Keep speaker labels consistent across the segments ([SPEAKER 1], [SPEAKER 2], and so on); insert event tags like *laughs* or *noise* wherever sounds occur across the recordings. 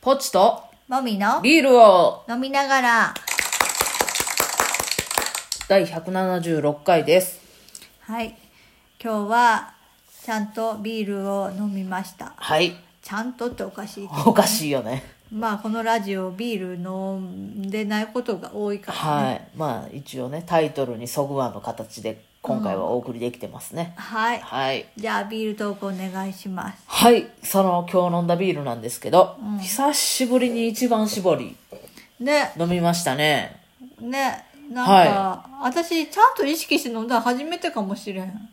[SPEAKER 1] ポチと
[SPEAKER 2] もみの
[SPEAKER 1] ビールを
[SPEAKER 2] 飲みながら。
[SPEAKER 1] 第176回です。
[SPEAKER 2] はい。今日は、ちゃんとビールを飲みました。
[SPEAKER 1] はい。
[SPEAKER 2] ちゃんとっておかしい。
[SPEAKER 1] おかしいよ *laughs* ね。
[SPEAKER 2] まあ、このラジオ、ビール飲んでないことが多いから。
[SPEAKER 1] はい。まあ一応ね、タイトルにそぐわの形で今回はお送りできてますね。
[SPEAKER 2] はい。
[SPEAKER 1] はい。
[SPEAKER 2] じゃあ、ビールトークお願いします。
[SPEAKER 1] はい。その今日飲んだビールなんですけど、久しぶりに一番搾り
[SPEAKER 2] ね、
[SPEAKER 1] 飲みましたね。
[SPEAKER 2] ね、なんか、私、ちゃんと意識して飲んだの初めてかもしれん。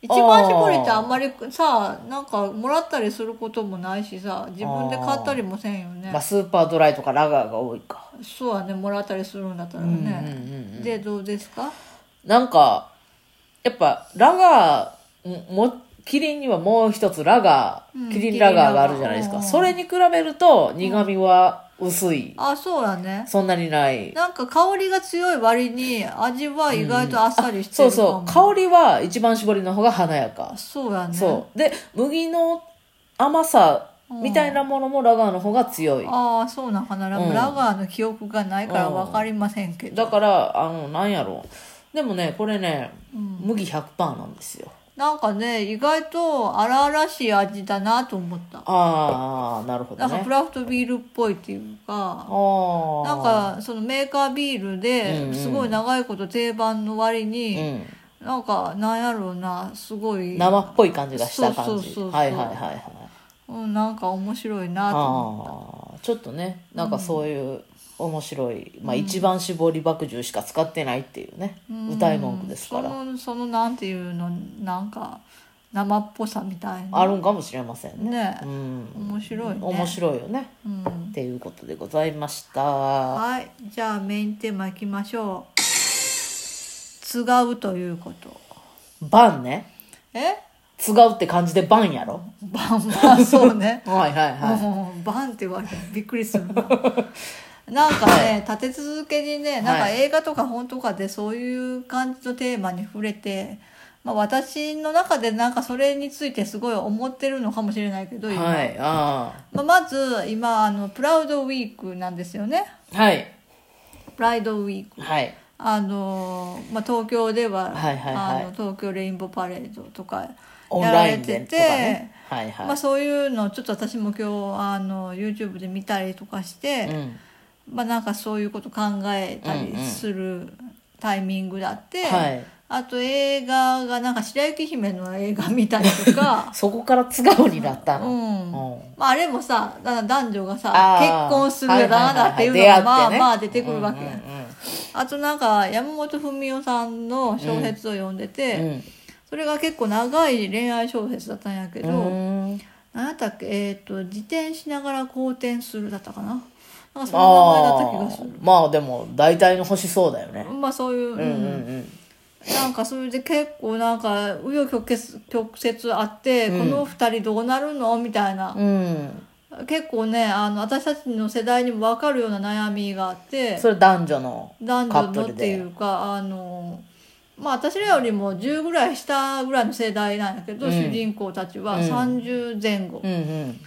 [SPEAKER 2] 一番搾りってあんまりさ、なんかもらったりすることもないしさ、自分で買ったりもせんよね
[SPEAKER 1] まあ。スーパードライとかラガーが多いか。
[SPEAKER 2] そうはねもらったりするんだったらね、でどうですか
[SPEAKER 1] なんか、やっぱ、ラガー、んも、キリンにはもう一つラガー、
[SPEAKER 2] うん
[SPEAKER 1] キリンラガーがあるじゃないです
[SPEAKER 2] キリンラガ
[SPEAKER 1] か。
[SPEAKER 2] ー
[SPEAKER 1] それに比べると苦味は薄い。
[SPEAKER 2] あそうだね
[SPEAKER 1] そんなにない。
[SPEAKER 2] なんか香りが強い割に味は意外とあっさりして
[SPEAKER 1] そう
[SPEAKER 2] るかも、
[SPEAKER 1] そう。香りは一番搾りの方が華やか。
[SPEAKER 2] そうやね
[SPEAKER 1] そう。で、麦の甘さみたいなものもラガーの方が強い。
[SPEAKER 2] ああそうなのかなラ,、
[SPEAKER 1] うん
[SPEAKER 2] ラガーの記憶がないから分かりませんけど、
[SPEAKER 1] だから、あの、なんやろう。でもね、これね、麦100%なんですよ。
[SPEAKER 2] なんかね意外と荒々しい味だなと思った
[SPEAKER 1] ああ、なるほど
[SPEAKER 2] なんか
[SPEAKER 1] ね
[SPEAKER 2] ク。ラフトビールっぽいっていうか
[SPEAKER 1] ああ。
[SPEAKER 2] なん、かそのメーカービール
[SPEAKER 1] うんう
[SPEAKER 2] で
[SPEAKER 1] ん
[SPEAKER 2] すごい長いこと定番の割に、
[SPEAKER 1] うん。
[SPEAKER 2] なんかなんやろうなすごい
[SPEAKER 1] 生っぽい感じがした感じ
[SPEAKER 2] そうそうそうそう
[SPEAKER 1] はいはいはいはい
[SPEAKER 2] うん、なんか面白いなと思
[SPEAKER 1] ああちょっとねなんかそういう面白い、まあ一番搾り爆汁しか使ってないっていうね、歌い文句ですか
[SPEAKER 2] う
[SPEAKER 1] ら
[SPEAKER 2] そのそのなんていうのなんか生っぽさみたいな
[SPEAKER 1] あるんかもしれませんね
[SPEAKER 2] ね
[SPEAKER 1] う、ん
[SPEAKER 2] 面白いね
[SPEAKER 1] 面白いよね
[SPEAKER 2] うん、
[SPEAKER 1] っていうことでございました
[SPEAKER 2] はいじゃあメインテーマいきましょうつがうということ
[SPEAKER 1] バンね
[SPEAKER 2] え *laughs*
[SPEAKER 1] つがうって感じでバンやろ
[SPEAKER 2] バンバンそうね
[SPEAKER 1] はいはいはい、
[SPEAKER 2] もうバンって言われてびっくり
[SPEAKER 1] *laughs*
[SPEAKER 2] するななんかね立て続けにねなんか
[SPEAKER 1] はい
[SPEAKER 2] 映画とか本とかでそういう感じのテーマに触れて、まあ、私の中でなんかそれについてすごい思ってるのかもしれないけど今、
[SPEAKER 1] はいあ
[SPEAKER 2] まあ、まず今あのプラウドウィークなんですよね
[SPEAKER 1] あはい
[SPEAKER 2] プライドウィーク
[SPEAKER 1] はい
[SPEAKER 2] あの、まあ、東京では,、
[SPEAKER 1] はいはいはい
[SPEAKER 2] あの東京レインボーパレードとか
[SPEAKER 1] オン
[SPEAKER 2] やら
[SPEAKER 1] ラ
[SPEAKER 2] れ
[SPEAKER 1] インで
[SPEAKER 2] て
[SPEAKER 1] と
[SPEAKER 2] て、
[SPEAKER 1] かねはいはい、
[SPEAKER 2] まあ、そういうのをちょっと私も今日あの YouTube で見たりとかして、
[SPEAKER 1] うん
[SPEAKER 2] まあ、なんかそういうこと考えたりするタイミングだって、
[SPEAKER 1] はい
[SPEAKER 2] あと映画がなんか白雪姫の映画見たりと
[SPEAKER 1] *laughs*
[SPEAKER 2] か
[SPEAKER 1] そこからつがうになった
[SPEAKER 2] う
[SPEAKER 1] の、
[SPEAKER 2] ん
[SPEAKER 1] うん
[SPEAKER 2] まあ、あれもさだ男女がさ
[SPEAKER 1] あー
[SPEAKER 2] 結婚するだなんだっていうの
[SPEAKER 1] は
[SPEAKER 2] が
[SPEAKER 1] いはい
[SPEAKER 2] ま
[SPEAKER 1] は
[SPEAKER 2] あ
[SPEAKER 1] い出会ってね
[SPEAKER 2] まあ出てくるわけや、
[SPEAKER 1] う
[SPEAKER 2] あとなんか山本文夫さんの小説を読んでて、
[SPEAKER 1] んうんうん
[SPEAKER 2] それが結構長い恋愛小説だったんやけど、
[SPEAKER 1] うん
[SPEAKER 2] 何やったっけえっ、と自転しながら好転するだったかななんかその名前だ
[SPEAKER 1] あ
[SPEAKER 2] った気がす
[SPEAKER 1] あ
[SPEAKER 2] る
[SPEAKER 1] まあでも大体の星そうだよね
[SPEAKER 2] まあそういう、
[SPEAKER 1] う
[SPEAKER 2] うん
[SPEAKER 1] んうん
[SPEAKER 2] なんかそれで結構なんか紆余曲折曲折あって、この二人どうなるのみたいな
[SPEAKER 1] う、ん
[SPEAKER 2] 結構ねあの私たちの世代にも分かるような悩みがあって
[SPEAKER 1] それ男女の
[SPEAKER 2] 男
[SPEAKER 1] カ
[SPEAKER 2] 女
[SPEAKER 1] ップ
[SPEAKER 2] のっ
[SPEAKER 1] ル
[SPEAKER 2] てい
[SPEAKER 1] で
[SPEAKER 2] うかあのまあ私らよりも10ぐらい下ぐらいの世代なんやけど、
[SPEAKER 1] うん
[SPEAKER 2] 主人公たちは30前後
[SPEAKER 1] うんうん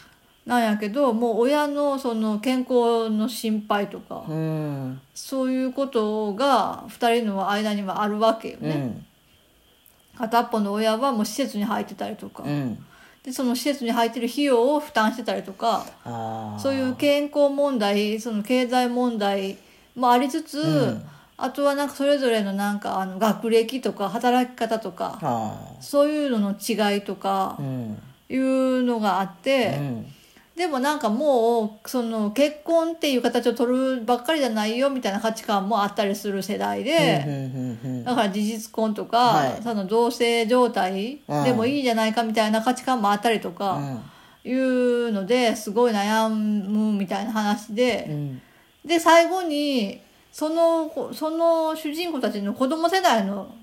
[SPEAKER 2] なんやけど、もう親のその健康の心配とか、
[SPEAKER 1] うん
[SPEAKER 2] そういうことが2人の間にはあるわけよ
[SPEAKER 1] う
[SPEAKER 2] ね、
[SPEAKER 1] ん
[SPEAKER 2] 片っぽの親はもう施設に入ってたりとか、
[SPEAKER 1] うん
[SPEAKER 2] でその施設に入ってる費用を負担してたりとか
[SPEAKER 1] ああ
[SPEAKER 2] そういう健康問題その経済問題もありつつ、
[SPEAKER 1] ん
[SPEAKER 2] あとはなんかそれぞれのなんかあの学歴とか働き方とか
[SPEAKER 1] あ
[SPEAKER 2] そういうのの違いとか
[SPEAKER 1] あうん
[SPEAKER 2] いうのがあって
[SPEAKER 1] う、ん
[SPEAKER 2] でもなんかもうその結婚っていう形を取るばっかりじゃないよみたいな価値観もあったりする世代で。
[SPEAKER 1] うんうんうん
[SPEAKER 2] だから事実婚とか、
[SPEAKER 1] はい
[SPEAKER 2] その同性状態
[SPEAKER 1] うん
[SPEAKER 2] でもいいじゃないかみたいな価値観もあったりと
[SPEAKER 1] う
[SPEAKER 2] か、
[SPEAKER 1] ん
[SPEAKER 2] いうのですごい悩むみたいな話
[SPEAKER 1] う
[SPEAKER 2] で、
[SPEAKER 1] ん
[SPEAKER 2] で最後にそのその主人公たちの子供世代の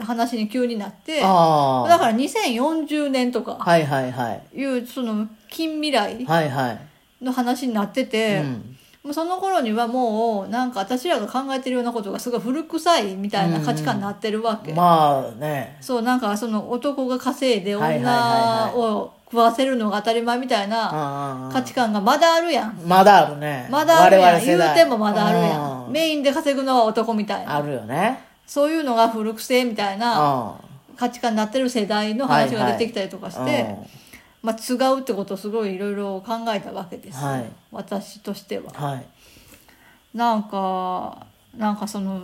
[SPEAKER 2] 話に急になってだ
[SPEAKER 1] ああ
[SPEAKER 2] から2040年とか
[SPEAKER 1] はいはいはい
[SPEAKER 2] いうその近未来
[SPEAKER 1] はいはい
[SPEAKER 2] の話になってて。
[SPEAKER 1] うん
[SPEAKER 2] もうその頃にはもうなんか私らが考えてるようなことがすごい古臭いみたいな価値観になってるわけ、
[SPEAKER 1] まあね
[SPEAKER 2] そうなんかその男が稼いで
[SPEAKER 1] はいはいはいは
[SPEAKER 2] 女
[SPEAKER 1] い
[SPEAKER 2] を食わせるのが当たり前みたいな
[SPEAKER 1] あ
[SPEAKER 2] 価値観がまだあるやん
[SPEAKER 1] まだあるね
[SPEAKER 2] まだあるや
[SPEAKER 1] 我々
[SPEAKER 2] ん言
[SPEAKER 1] 世
[SPEAKER 2] う
[SPEAKER 1] 代
[SPEAKER 2] てもまだあるや
[SPEAKER 1] うん
[SPEAKER 2] メインで稼ぐのは男みたいな
[SPEAKER 1] あるよね
[SPEAKER 2] そういうのが古くせえみたい
[SPEAKER 1] うん
[SPEAKER 2] な価値観になってる世代の話
[SPEAKER 1] はい
[SPEAKER 2] が出
[SPEAKER 1] はい
[SPEAKER 2] てきたりとかして、
[SPEAKER 1] うん
[SPEAKER 2] まあ、違うってことをすごいいろいろ考えたわけですよ、
[SPEAKER 1] はい
[SPEAKER 2] 私としては。
[SPEAKER 1] はい
[SPEAKER 2] なんかなんかその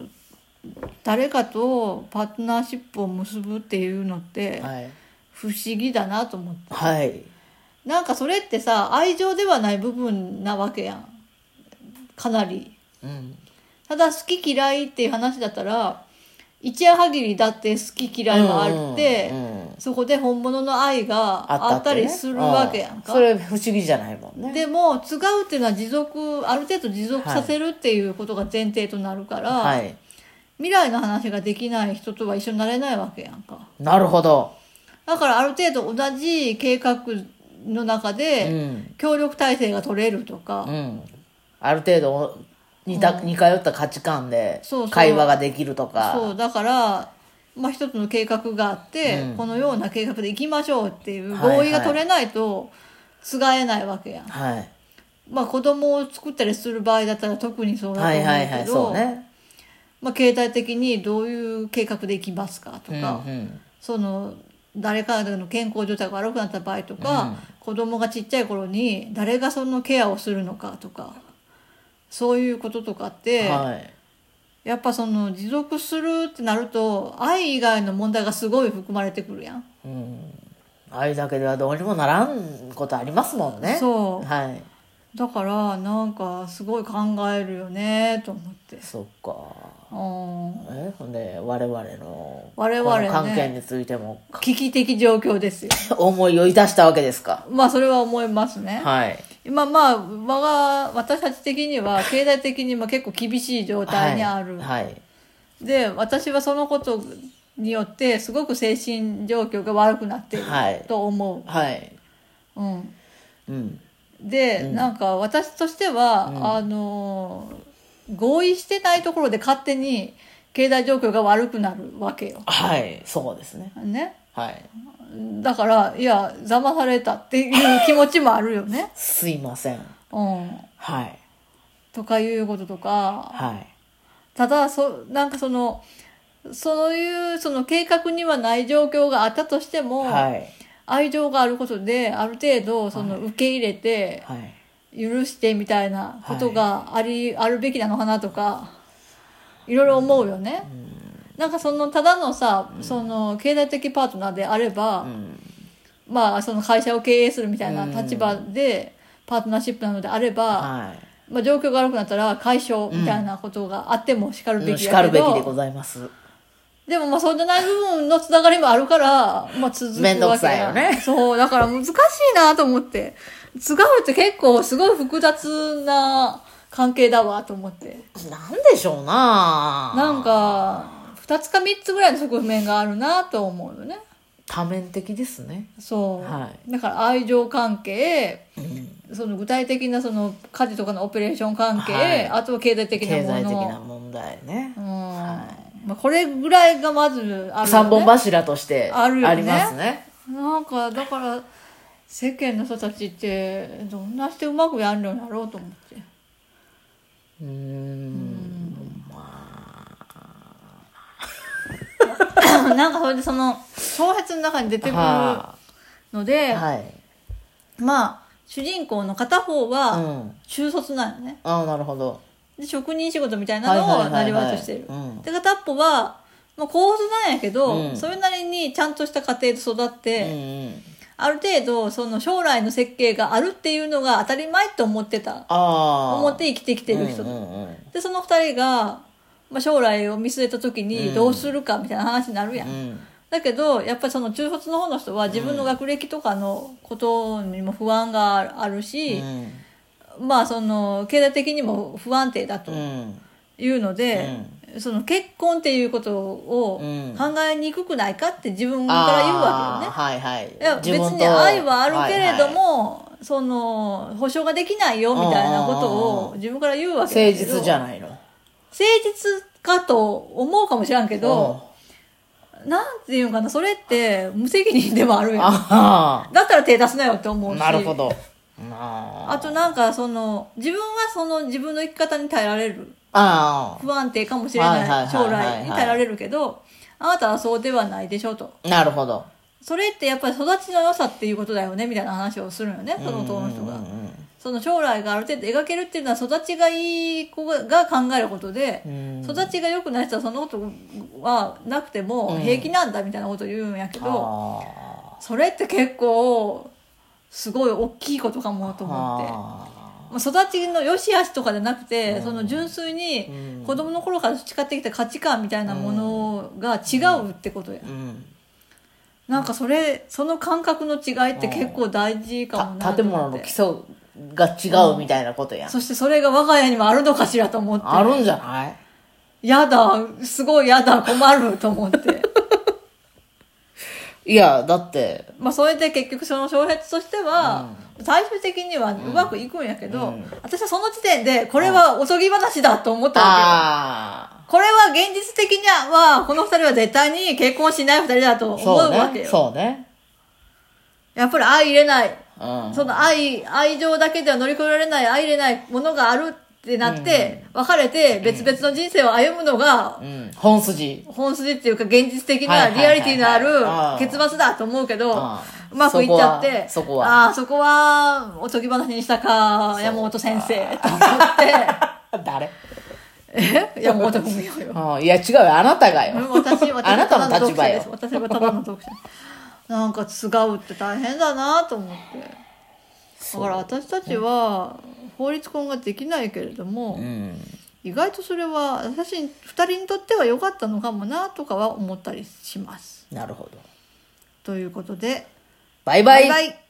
[SPEAKER 2] 誰かとパートナーシップを結ぶっていうのって
[SPEAKER 1] はい
[SPEAKER 2] 不思議だなと思って
[SPEAKER 1] はい
[SPEAKER 2] なんかそれってさ愛情ではない部分なわけやんかなり
[SPEAKER 1] うん
[SPEAKER 2] ただ好き嫌いっていう話だったら一夜限りだって好き嫌いがあって、
[SPEAKER 1] うんうんうん
[SPEAKER 2] そこで本物の愛があったり
[SPEAKER 1] ね
[SPEAKER 2] するわけやん
[SPEAKER 1] う
[SPEAKER 2] か、
[SPEAKER 1] それ不思議じゃないもんね
[SPEAKER 2] でも違うっていうのは持続ある程度持続させるっていうことが前提となるから、
[SPEAKER 1] はい
[SPEAKER 2] 未来の話ができない人とは一緒になれないわけやんか
[SPEAKER 1] なるほど
[SPEAKER 2] だからある程度同じ計画の中
[SPEAKER 1] う
[SPEAKER 2] で
[SPEAKER 1] ん
[SPEAKER 2] 協力体制が取れるとか、
[SPEAKER 1] うんある程度似た、似通った価値観で
[SPEAKER 2] そうそう
[SPEAKER 1] 会話ができるとか
[SPEAKER 2] そうだから、まあ、一つの計画があって、
[SPEAKER 1] うん
[SPEAKER 2] このような計画で行きましょうっていう
[SPEAKER 1] はいはい
[SPEAKER 2] 合意が取れないとつがえないわけやん、
[SPEAKER 1] はい
[SPEAKER 2] まあ子供を作ったりする場合だったら特にそうだと
[SPEAKER 1] はい
[SPEAKER 2] 思うけど、
[SPEAKER 1] はいはいそうね
[SPEAKER 2] まあ、経済的にどういう計画で行きますかと
[SPEAKER 1] うん
[SPEAKER 2] か、
[SPEAKER 1] うん
[SPEAKER 2] その誰かの健康状態が悪くなった場合とか、子供がちっちゃい頃に誰がそのケアをするのかとかそういうこととかって、
[SPEAKER 1] はい
[SPEAKER 2] やっぱその持続するってなると愛以外の問題がすごい含まれてくるやん。
[SPEAKER 1] 愛だけではどうにもならんことありますもんね
[SPEAKER 2] そ
[SPEAKER 1] はいう
[SPEAKER 2] だからなんかすごい考えるよねと思って。
[SPEAKER 1] そっか
[SPEAKER 2] うん
[SPEAKER 1] えほんで我々の
[SPEAKER 2] 我々ね
[SPEAKER 1] この関係についても
[SPEAKER 2] 危機的状況ですよ。
[SPEAKER 1] 思いをいたしたわけですか
[SPEAKER 2] まあそれは思いますね。
[SPEAKER 1] はい
[SPEAKER 2] まあまあ、我が、私たち的には、経済的にまあ結構厳しい状態にある。
[SPEAKER 1] はいはい
[SPEAKER 2] で、私はそのことによって、すごく精神状況が悪くなっている
[SPEAKER 1] はい
[SPEAKER 2] と思
[SPEAKER 1] はい、
[SPEAKER 2] う。うん。
[SPEAKER 1] うん
[SPEAKER 2] で、なんか私としては、あのー、合意してないところで勝手に経済状況が悪くなるわけよ。
[SPEAKER 1] はいそうですね
[SPEAKER 2] ね。
[SPEAKER 1] はい。
[SPEAKER 2] だから、いや、騙されたっていう気持ちもあるよね
[SPEAKER 1] *laughs* すいません
[SPEAKER 2] うん。
[SPEAKER 1] はい
[SPEAKER 2] とかいうこととか、
[SPEAKER 1] はい
[SPEAKER 2] ただそなんかそのそういうその計画にはない状況があったとしても、
[SPEAKER 1] はい
[SPEAKER 2] 愛情があることである程度その受け入れて
[SPEAKER 1] はい
[SPEAKER 2] 許してみたいなことがあり、あるべきなのかなとかいろいろ思うよね。なんかそのただのさ、その経済的パートナーであれば、
[SPEAKER 1] ん
[SPEAKER 2] まあその会社を経営するみたいな立場でパートナーシップなのであれば、
[SPEAKER 1] はい
[SPEAKER 2] まあ、状況が悪くなったら解消みたいなことがあってもしかるべ
[SPEAKER 1] うん
[SPEAKER 2] き
[SPEAKER 1] し
[SPEAKER 2] や
[SPEAKER 1] か
[SPEAKER 2] け
[SPEAKER 1] るべき
[SPEAKER 2] ど、
[SPEAKER 1] でございます
[SPEAKER 2] でもまあそうじゃない部分のつながりもあるから、まあ、続くわけや
[SPEAKER 1] めんどくさいよね
[SPEAKER 2] そうだから難しいなと思って違うって結構すごい複雑な関係だわと思って
[SPEAKER 1] なんでしょうな
[SPEAKER 2] なんか2つか3つぐらいの側面があるなと思うよね
[SPEAKER 1] 多面的ですね
[SPEAKER 2] そう、
[SPEAKER 1] は
[SPEAKER 2] だから愛情関係その具体的なその家事とかのオペレーション関係、
[SPEAKER 1] はい
[SPEAKER 2] あとは経済的な
[SPEAKER 1] 経
[SPEAKER 2] もの
[SPEAKER 1] 済的な問題ね
[SPEAKER 2] うんまあ、これぐらいがまずあるよ、ね、
[SPEAKER 1] 三本柱としてあ
[SPEAKER 2] ある
[SPEAKER 1] り
[SPEAKER 2] よね
[SPEAKER 1] ますね
[SPEAKER 2] なんかだから世間の人たちってどんなしてうまくやるのやろうと思って
[SPEAKER 1] うーん
[SPEAKER 2] なんかそれでその小説の中に出てくる
[SPEAKER 1] は
[SPEAKER 2] ので、
[SPEAKER 1] いはい
[SPEAKER 2] まあ主人公の片方
[SPEAKER 1] う
[SPEAKER 2] は
[SPEAKER 1] ん
[SPEAKER 2] 中卒なんよね
[SPEAKER 1] ああなるほど
[SPEAKER 2] で職人仕事みたいなのをなりわいとしてる、
[SPEAKER 1] はいはいはいはいうん
[SPEAKER 2] で片っぽは、まあ、高卒なんやけど、
[SPEAKER 1] うん
[SPEAKER 2] それなりにちゃんとした家庭で育って、
[SPEAKER 1] うんうん
[SPEAKER 2] ある程度その将来の設計があるっていうのが当たり前と思ってた
[SPEAKER 1] ああ
[SPEAKER 2] 思って生きてきてる人、
[SPEAKER 1] うんうんうん
[SPEAKER 2] でその2人が、まあ、将来を見据えた時
[SPEAKER 1] う
[SPEAKER 2] に
[SPEAKER 1] ん
[SPEAKER 2] どうするかみたいな話になるやん、
[SPEAKER 1] うん
[SPEAKER 2] だけどやっぱりその中卒の方の人は自分の学歴とかのことにも不安があるし、まあその経済的にも不安定だと
[SPEAKER 1] うん
[SPEAKER 2] いうので、その結婚っていうことを
[SPEAKER 1] うん
[SPEAKER 2] 考えにくくないかって自分から言う
[SPEAKER 1] あ
[SPEAKER 2] わけよね
[SPEAKER 1] あ、はいはい
[SPEAKER 2] いや別
[SPEAKER 1] 自分と
[SPEAKER 2] に愛はあるけれども、その保証ができないよみたいなことを自分から言うわけ
[SPEAKER 1] 誠実じゃ
[SPEAKER 2] ん
[SPEAKER 1] ないの
[SPEAKER 2] 誠実かと思うかもしらんけど、なんていうのかなそれって無責任でもあるよ
[SPEAKER 1] あ
[SPEAKER 2] だったら手出すなよって思う
[SPEAKER 1] あ
[SPEAKER 2] し
[SPEAKER 1] なるほどあ
[SPEAKER 2] あとなんかその自分はその自分の生き方に耐えられる
[SPEAKER 1] あ
[SPEAKER 2] 不安定かもしれな
[SPEAKER 1] はいはい
[SPEAKER 2] い
[SPEAKER 1] はい
[SPEAKER 2] 将
[SPEAKER 1] はい
[SPEAKER 2] 来に耐えられるけどあなたはそうではないでしょと
[SPEAKER 1] あなるほど
[SPEAKER 2] それってやっぱり育ちの良さっていうことだよねみたいな話をするよねその党の人が
[SPEAKER 1] うんうんうん
[SPEAKER 2] その将来がある程度描けるっていうのは育ちがいい子が考えることで
[SPEAKER 1] うん
[SPEAKER 2] 育ちが良くない人はそのことはなくても平気なんだみたいなことを言うんやけど
[SPEAKER 1] あ
[SPEAKER 2] それって結構すごい大きいことかもと
[SPEAKER 1] ー
[SPEAKER 2] 思って。
[SPEAKER 1] あ
[SPEAKER 2] まあ育ちの良し悪しとかじゃなくて、その純粋に
[SPEAKER 1] うん
[SPEAKER 2] 子供の頃から培ってきた価値観みたいなものが違うってことや、
[SPEAKER 1] ーうん
[SPEAKER 2] なんかそれその感覚の違いって結構大事かもな
[SPEAKER 1] た
[SPEAKER 2] と
[SPEAKER 1] 建
[SPEAKER 2] 思
[SPEAKER 1] 物
[SPEAKER 2] っ
[SPEAKER 1] の
[SPEAKER 2] て
[SPEAKER 1] 基礎が違うみたいなことやん
[SPEAKER 2] そしてそれが我が家にもあるのかしらと思って
[SPEAKER 1] あるんじゃない
[SPEAKER 2] やだすごいやだ困ると思って
[SPEAKER 1] いやだって
[SPEAKER 2] まあそれで結局その小説としては、最終的にはうまくいくんやけど、私はその時点でこれはおとぎ話だと思ったわけよ
[SPEAKER 1] あ
[SPEAKER 2] これは現実的には、この二人は絶対に結婚しない二人だと
[SPEAKER 1] あ
[SPEAKER 2] 思う
[SPEAKER 1] そう
[SPEAKER 2] わけ
[SPEAKER 1] ね
[SPEAKER 2] よ。
[SPEAKER 1] そうね
[SPEAKER 2] やっぱり愛入れない。
[SPEAKER 1] うん
[SPEAKER 2] その愛、愛情だけでは乗り越えられない、愛入れないものがあるってなって、別れて別々の人生を歩むのが、
[SPEAKER 1] うん本筋
[SPEAKER 2] 本筋っていうか現実的
[SPEAKER 1] は
[SPEAKER 2] な
[SPEAKER 1] は
[SPEAKER 2] い
[SPEAKER 1] い
[SPEAKER 2] リ
[SPEAKER 1] はい
[SPEAKER 2] ア
[SPEAKER 1] はい
[SPEAKER 2] リティのある
[SPEAKER 1] あー
[SPEAKER 2] 結末だと思うけど、
[SPEAKER 1] あー
[SPEAKER 2] うまくいっちゃって、
[SPEAKER 1] そこは
[SPEAKER 2] ああー、そこは、おとぎ話にしたか、山本先生、と思っ
[SPEAKER 1] *laughs*
[SPEAKER 2] て、
[SPEAKER 1] 誰 *laughs*
[SPEAKER 2] え山本文よよ。
[SPEAKER 1] うんいや違うよあなたがよ
[SPEAKER 2] 私、私、
[SPEAKER 1] あなたの立場よ
[SPEAKER 2] ただの読者です私はただの読者。なんか違うって大変だなと思って。だから私たちは法律婚ができないけれども、
[SPEAKER 1] うん
[SPEAKER 2] 意外とそれは私に2人にとっては良かったのかもなとかは思ったりします。
[SPEAKER 1] なるほど
[SPEAKER 2] ということで、
[SPEAKER 1] バイバイ
[SPEAKER 2] バイ